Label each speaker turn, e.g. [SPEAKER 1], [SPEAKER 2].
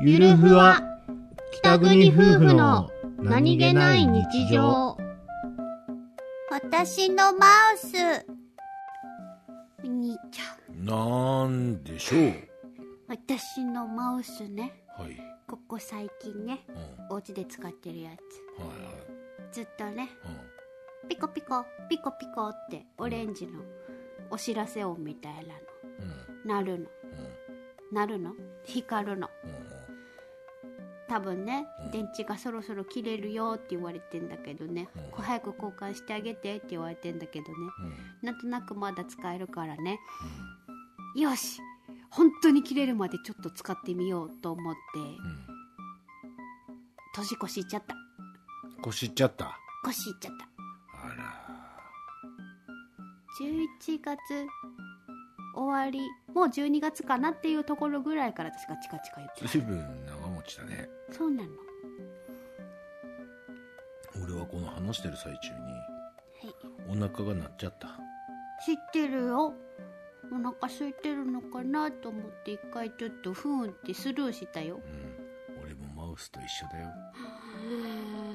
[SPEAKER 1] ゆるふわ北国夫婦の
[SPEAKER 2] 私のマウス。お兄ちゃん、
[SPEAKER 1] なんでしょう
[SPEAKER 2] 私のマウスね。
[SPEAKER 1] はい、
[SPEAKER 2] ここ最近ね、
[SPEAKER 1] うん、は
[SPEAKER 2] お家で使ってる
[SPEAKER 1] い
[SPEAKER 2] や
[SPEAKER 1] はい、
[SPEAKER 2] つ。ずっとね、ピコピコ、ピコピコって、オレンジのお知らせ音みたいな
[SPEAKER 1] うん、うん、
[SPEAKER 2] の。なるの。
[SPEAKER 1] うん、
[SPEAKER 2] なるの光るの。
[SPEAKER 1] うん、
[SPEAKER 2] 多分ね
[SPEAKER 1] うん、
[SPEAKER 2] 電池がそろそろ切れるよって言われてんだけどね
[SPEAKER 1] うん。
[SPEAKER 2] こう早く交換してあげてって言われてんだけどね。
[SPEAKER 1] うん、
[SPEAKER 2] なんとなくまだ使えるからね。よし本当に切れるまでちょっと使ってみようと思って
[SPEAKER 1] うん、
[SPEAKER 2] 年越しいっちゃった
[SPEAKER 1] うん、腰いっちゃった。
[SPEAKER 2] 越しいっちゃった
[SPEAKER 1] あら、
[SPEAKER 2] 11月終わりもう12月かなっていうところぐらいから私がチカチカ言って
[SPEAKER 1] ずいぶん長持ちだね。
[SPEAKER 2] たそうなのは
[SPEAKER 1] 俺はこの話してる最中
[SPEAKER 2] い
[SPEAKER 1] にお腹が鳴っちゃった。
[SPEAKER 2] 知ってるよお腹空いてるのかなと思って一回ちょっとふーんってスルーしたよ
[SPEAKER 1] うん、俺もマウスと一緒だよ。
[SPEAKER 2] うーん